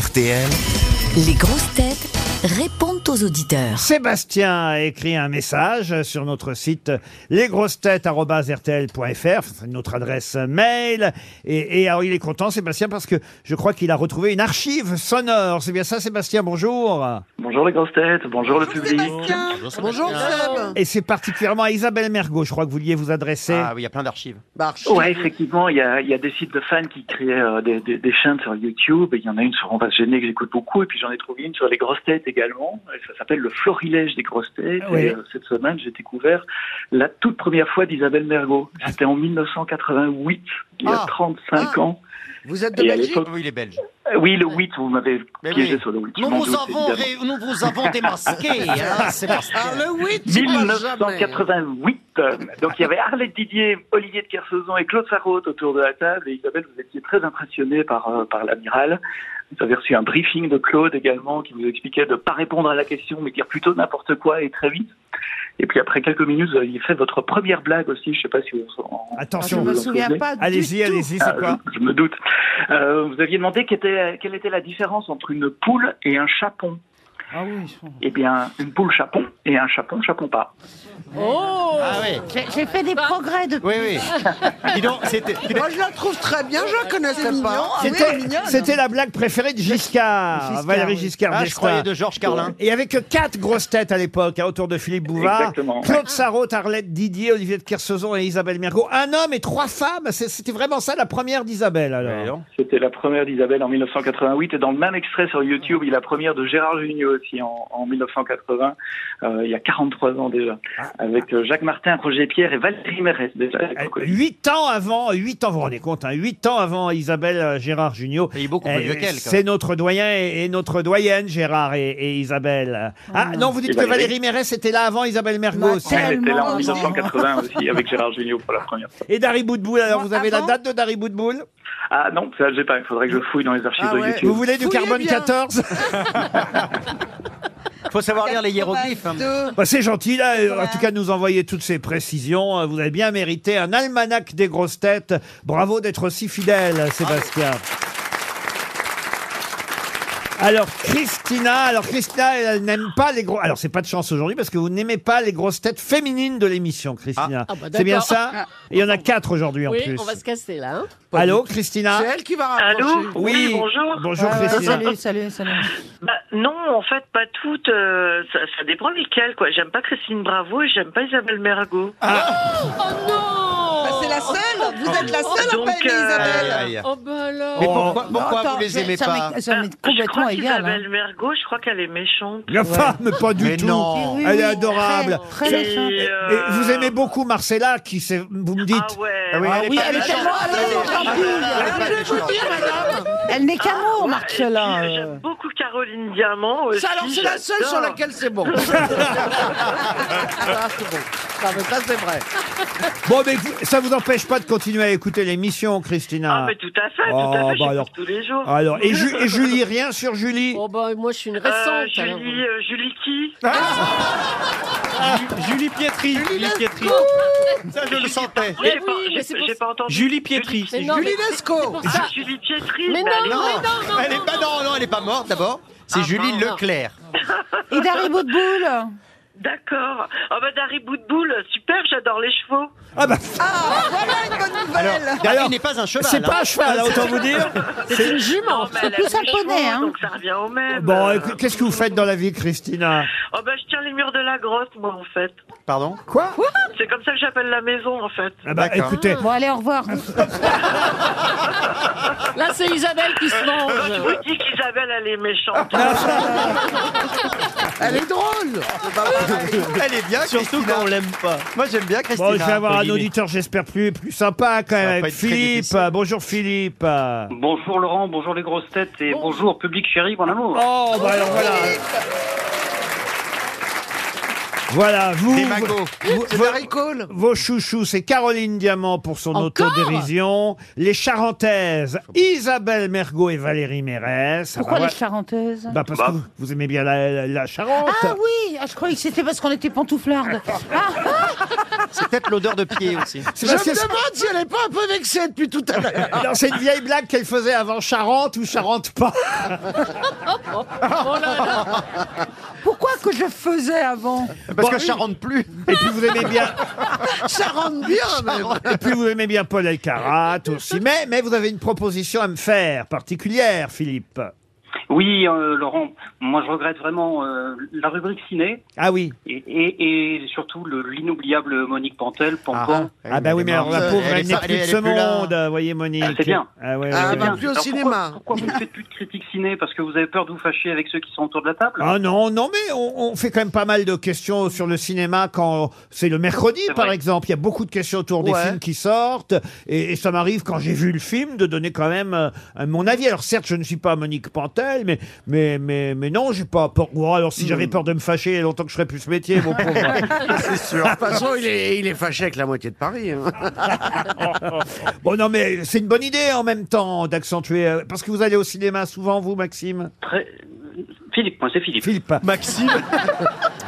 RTL. Les grosses têtes répondent aux auditeurs. Sébastien a écrit un message sur notre site lesgrossetêtes.rtl.fr, c'est notre adresse mail. Et, et alors il est content, Sébastien, parce que je crois qu'il a retrouvé une archive sonore. C'est bien ça, Sébastien, bonjour. Bonjour les grosses têtes, bonjour le public. Bonjour Seb Et c'est particulièrement à Isabelle Mergot, je crois que vous vouliez vous adresser. Ah oui, il y a plein d'archives. Ouais, effectivement, il y a, il y a des sites de fans qui créent euh, des, des, des chaînes sur YouTube. Et il y en a une sur On va se gêner que j'écoute beaucoup. Et puis j'en ai trouvé une sur les grosses têtes également. Et ça s'appelle le florilège des grosses Ah têtes. Oui. Et euh, cette semaine, j'ai découvert la toute première fois d'Isabelle Mergot. Ah. C'était en 1988, il y a Ah. 35 Ah. ans. Vous êtes de Et à Belgique l'époque- Oui, il est belge. Euh, Oui, le 8, vous m'avez Mais piégé oui. sur le 8. je Nous m'en vous, doute, avons évidemment. ré- nous vous avons démasqué, hein, Sébastien. Ah le 8 tu parles jamais 1988. euh, Donc il y avait Arlette Didier, Olivier de Kersauzon et Claude Sarraute autour de la table. Et Isabelle, vous étiez très impressionnée par, euh, par l'amiral. Vous avez reçu un briefing de Claude également qui vous expliquait de ne pas répondre à la question, mais dire plutôt n'importe quoi et très vite. Et puis après quelques minutes, vous aviez fait votre première blague aussi. Je ne sais pas si vous vous en Ah, Ah, Je Attention, me vous souviens souvenez pas du allez-y, tout. allez-y, ah, c'est quoi je, je me doute. Euh, vous aviez demandé quelle était, quelle était la différence entre une poule et un chapon. Ah oui. Eh bien, une poule chapon et un chapon chapon pas. Ah oui. J'ai j'ai fait des progrès depuis. Oui, oui. Dis donc, c'était. Ah, dis donc, Moi je la trouve très bien, je la connaissais pas. C'était hein. c'était la blague préférée de Giscard, Giscard, Valérie oui. Giscard Ah, je d'Estaing. croyais de Georges Carlin. Et avec quatre grosses têtes à l'époque, hein, autour de Philippe Bouvard, Exactement. Claude Sarraute, Arlette Didier, Olivier de Kersauzon et Isabelle Mergo. Un homme et trois femmes, c'est- c'était vraiment ça la première d'Isabelle Dis alors. donc. C'était la première d'Isabelle en 1988 et dans le même extrait sur YouTube, il y a la première de Gérard Jugnot aussi en, en 1980, euh, il y a 43 ans déjà, Ah. avec euh, Jacques Martin, Roger Pierre et Valérie Mérès déjà. Euh, Donc, euh, Huit ans avant, huit ans, vous vous rendez compte, hein, huit ans avant Isabelle euh, Gérard Junior. Il est beaucoup plus vieux qu'elle, quand C'est notre doyen et, et notre doyenne Gérard et, et Isabelle. Ah, non, vous dites Et que Valérie. Valérie Mérès était là avant Isabelle Mergo Bah, Ma aussi. tête. elle était là en tellement- 1980 aussi avec Gérard Jugnot pour la première fois. Et Dari Boudboul, alors Non, vous avez la avant date de Dari Boudboul Ah non, ça j'ai pas, il faudrait que je fouille dans les archives Ah de ouais. YouTube. Vous voulez du Fouillez carbone bien. 14 Faut savoir lire les hiéroglyphes. hein. Bah, c'est gentil, là. euh, En tout cas, de nous envoyer toutes ces précisions. Euh, Vous avez bien mérité un almanach des grosses têtes. Bravo d'être aussi fidèle, Sébastien. Alors Christina, alors Christina, elle, elle n'aime pas les gros. Alors c'est pas de chance aujourd'hui parce que vous n'aimez pas les grosses têtes féminines de l'émission, Christina. Ah, bah, c'est bien d'accord. ça. Il y en a quatre aujourd'hui en Oui, plus. on va se casser là. hein. Allô, Christina. C'est elle qui va rapprocher. Allô Oui. bonjour. Bonjour Euh, Christina. Ah, salut, salut, salut. Bah, non, en fait, pas toutes. euh, ça, ça dépend lesquelles, quoi. J'aime pas Christine Bravo et j'aime pas Isabelle Mergo. Bah, c'est la seule, vous êtes la seule à Donc, pas aimer euh, Isabelle. Aïe, aïe, aïe. Oh bah alors. Mais Oh. pourquoi, pourquoi Attends, vous les je- aimez ça pas m'est- Ça m'est je crois complètement égal. hein. qu'Isabelle Mergo, je crois qu'elle est méchante. La femme, mais pas du Mais tout. non. Elle est adorable. Très, très méchante. Et, euh, Et vous aimez beaucoup Marcella, qui c'est, vous me dites. Ah ouais. Ah oui, Ah, elle est oui, pas elle est méchante. tellement- Elle est elle est méchante. Alors, je vais vous dire, madame, Elle n'est qu'amour, ouais, Marcella. et puis, euh. J'aime beaucoup Caroline Diamant. Aussi, ça, alors c'est la seule j'adore. sur laquelle c'est bon. ça, c'est bon. Ça, mais ça, c'est vrai. Bon, mais vous- ça vous empêche pas de continuer à écouter l'émission, Christina. Ah, mais tout à fait, tout Oh, à fait. bah j'écoute alors. tous les jours. Alors, et, Ju- et Julie, rien sur Julie. Oh bah moi je suis Ah, une Euh, récente. alors. Julie, euh, Julie qui Julie Pietri. Julie Pietri. Ça, je le sentais. Mais J'ai pas- oui, mais j'ai- c'est pour- J'ai pas entendu. Julie Pietri. Mais non, Julie mais c'est- Lescaut. c'est pour ça. Ah, Julie Pietri. Mais non, elle est- mais non, non, Elle est pas, non, Ah, non, elle est pas morte d'abord. C'est Julie non. Leclerc. Et Dari Boudboul D'accord. Oh bah Dari Boudboul, super, j'adore les chevaux. Ah bah, Ah, voilà une bonne nouvelle. Darry n'est pas un cheval. c'est pas hein. un cheval, là, autant vous dire. C'est une jument. Non, mais elle plus aime un les poney, chevaux, hein. Donc ça revient au même. Bon, Euh, écoute, qu'est-ce que vous faites dans la vie, Christina Oh bah je tiens les murs de la grotte, moi en fait. Pardon Quoi C'est comme ça que j'appelle la maison en fait. Ah bah, D'accord. écoutez, Bon, allez, au revoir. Ah, Là c'est Isabelle qui se Je vous mange. dis qu'Isabelle elle est méchante. Elle est drôle. C'est pas pareil. Elle est bien, Surtout quand on l'aime pas. Moi, j'aime bien Christina. bon, je vais avoir un Pauline. auditeur, j'espère, plus, plus sympa quand va même, pas avec être très Philippe. difficile. Bonjour, Philippe. Oh, Bonjour Laurent, bonjour les grosses têtes et bonjour public chéri, bon amour. bah alors voilà. Voilà, vous. Des magots. vous- C'est vous- Darry Cole. Vos chouchous, c'est Caroline Diamant pour son Encore autodérision, les Charentaises, Isabelle Mergot et Valérie Mérès. Ah Pourquoi bah, les Charenteuses bah, parce que vous, vous aimez bien la, la- la Charente. Ah oui, ah, je croyais que c'était parce qu'on était pantouflardes. Ah, ah, C'est peut-être l'odeur de pied aussi. Sébastien, c'est- demande si elle n'est pas un peu vexée depuis tout à l'heure. Non, c'est une vieille blague qu'elle faisait avant Charente ou Charente pas. Pourquoi que je le faisais avant Parce que Charente plus. Et puis vous aimez bien, Ça rentre bien, même. et puis vous aimez bien Paul Elkarat aussi. Mais, mais vous avez une proposition à me faire particulière, Philippe. Oui, euh, Laurent, moi je regrette vraiment euh, la rubrique ciné Ah oui. et, et, et surtout le- l'inoubliable Monique Pantel pendant. Ah bah oui, mais alors euh, la pauvre, elle n'est plus de ce monde, vous voyez Monique. Ah, c'est bien. Ah ouais, Ah, ouais, bah, ouais. plus au Alors, cinéma. Pourquoi, pourquoi vous ne faites plus de critique ciné Parce que vous avez peur de vous fâcher avec ceux qui sont autour de la table Ah non, non, mais on, on fait quand même pas mal de questions sur le cinéma quand c'est le mercredi, C'est par vrai. exemple. Il y a beaucoup de questions autour des Ouais. films qui sortent. Et, et ça m'arrive, quand j'ai vu le film, de donner quand même euh, mon avis. Alors certes, je ne suis pas Monique Pantel, mais, mais, mais, mais non, j'ai pas peur. Ou alors si Hmm. j'avais peur de me fâcher, il y a longtemps que je serais plus ce métier, mon pauvre. De toute façon, il est, il est fâché avec la moitié de Paris. hein. bon, non, mais c'est une bonne idée en même temps d'accentuer. euh, Parce que vous allez au cinéma souvent, vous, Maxime Très- Philippe, moi c'est Philippe. Philippe, Maxime.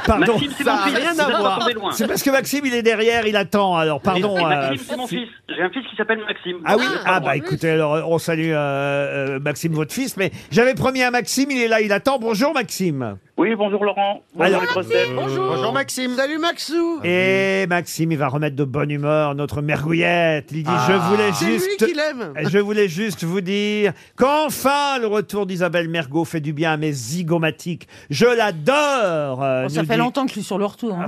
pardon. Maxime, c'est ça mon a fils. rien vous à êtes voir. tombé loin. C'est parce que Maxime, il est derrière, il attend. Alors, pardon. Et euh, Maxime, c'est mon fils. J'ai un fils qui s'appelle Maxime. Ah oui, Ah, ah bon, bah oui. écoutez, alors on salue euh, euh, Maxime, votre fils, mais j'avais promis à Maxime, il est là, il attend. Bonjour Maxime. Oui, bonjour Laurent. Bonjour Ah, Alors- les grosses têtes. Bonjour Maxime. Salut Maxou Et Maxime, il va remettre de bonne humeur notre mergouillette. Il dit, Ah. je voulais C'est lui juste... qui l'aime Je voulais juste vous dire qu'enfin le retour d'Isabelle Mergot fait du bien à mes zygomatiques. Je l'adore. euh, Bon, Oh, Ça nous fait dit- Ah. longtemps que je suis sur le retour. hein.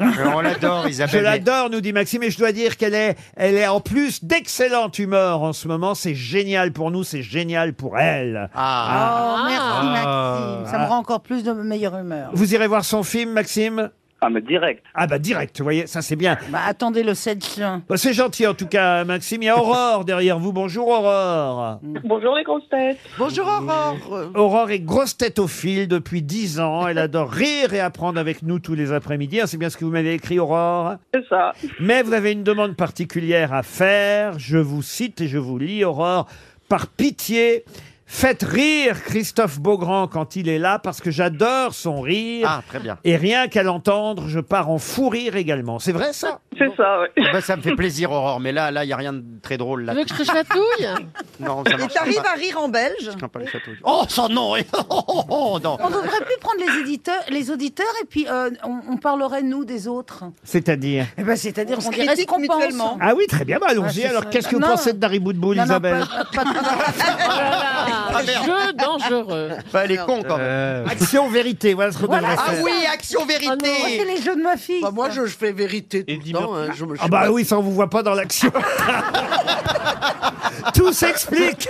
Euh, On l'adore, Je Isabelle. l'adore, nous dit Maxime, et je dois dire qu'elle est, elle est en plus d'excellente humeur en ce moment. C'est génial pour nous, c'est génial pour elle. Ah. Oh, merci Ah. Maxime. Ça me rend encore plus de meilleure humeur. Vous irez voir son film, Maxime Ah, mais direct. Ah bah direct, vous voyez, ça c'est bien. Bah, attendez le 7 juin. Bah, c'est gentil en tout cas, Maxime. Il y a Aurore derrière vous. Bonjour Aurore. Bonjour les grosses têtes. Bonjour Aurore Aurore est grosse tête au fil depuis 10 ans. Elle adore rire et apprendre avec nous tous les après-midi. Ah, C'est bien ce que vous m'avez écrit Aurore. C'est ça. Mais vous avez une demande particulière à faire. Je vous cite et je vous lis Aurore. Par pitié, faites rire Christophe Beaugrand quand il est là parce que j'adore son rire. Ah, très bien. Et rien qu'à l'entendre, je pars en fou rire également. C'est vrai ça C'est ça, oui. Eh ben, ça me fait plaisir, Aurore, mais là, là, il n'y a rien de très drôle. Tu Là. veux que je te chatouille Non, ça marche T'arrives pas. à rire en belge Je crains pas les châteaux. Oh, ça non eh, oh, oh, oh, non. On devrait plus prendre les, éditeurs, les auditeurs et puis euh, on, on parlerait nous des autres. C'est-à-dire Eh ben, c'est-à-dire On se qu'on dirait ce critique qu'on pense. mutuellement. Ah oui, très bien. Bah, allons-y. c'est Alors, ça. qu'est-ce que vous Non. pensez de Darry Boudboul, Non, non, Isabelle Ah pas- pas- pas- Oh là là, Jeu dangereux. Bah, elle est con quand même. Euh, Action vérité, voilà ce qu'on Voilà. devrait Ah faire. oui, action Moi, c'est les jeux de ma fille. Bah, Moi, je, je fais vérité tout le temps. hein. Je me- je Ah sais bah pas. oui, ça on vous voit pas dans l'action. Tout s'explique.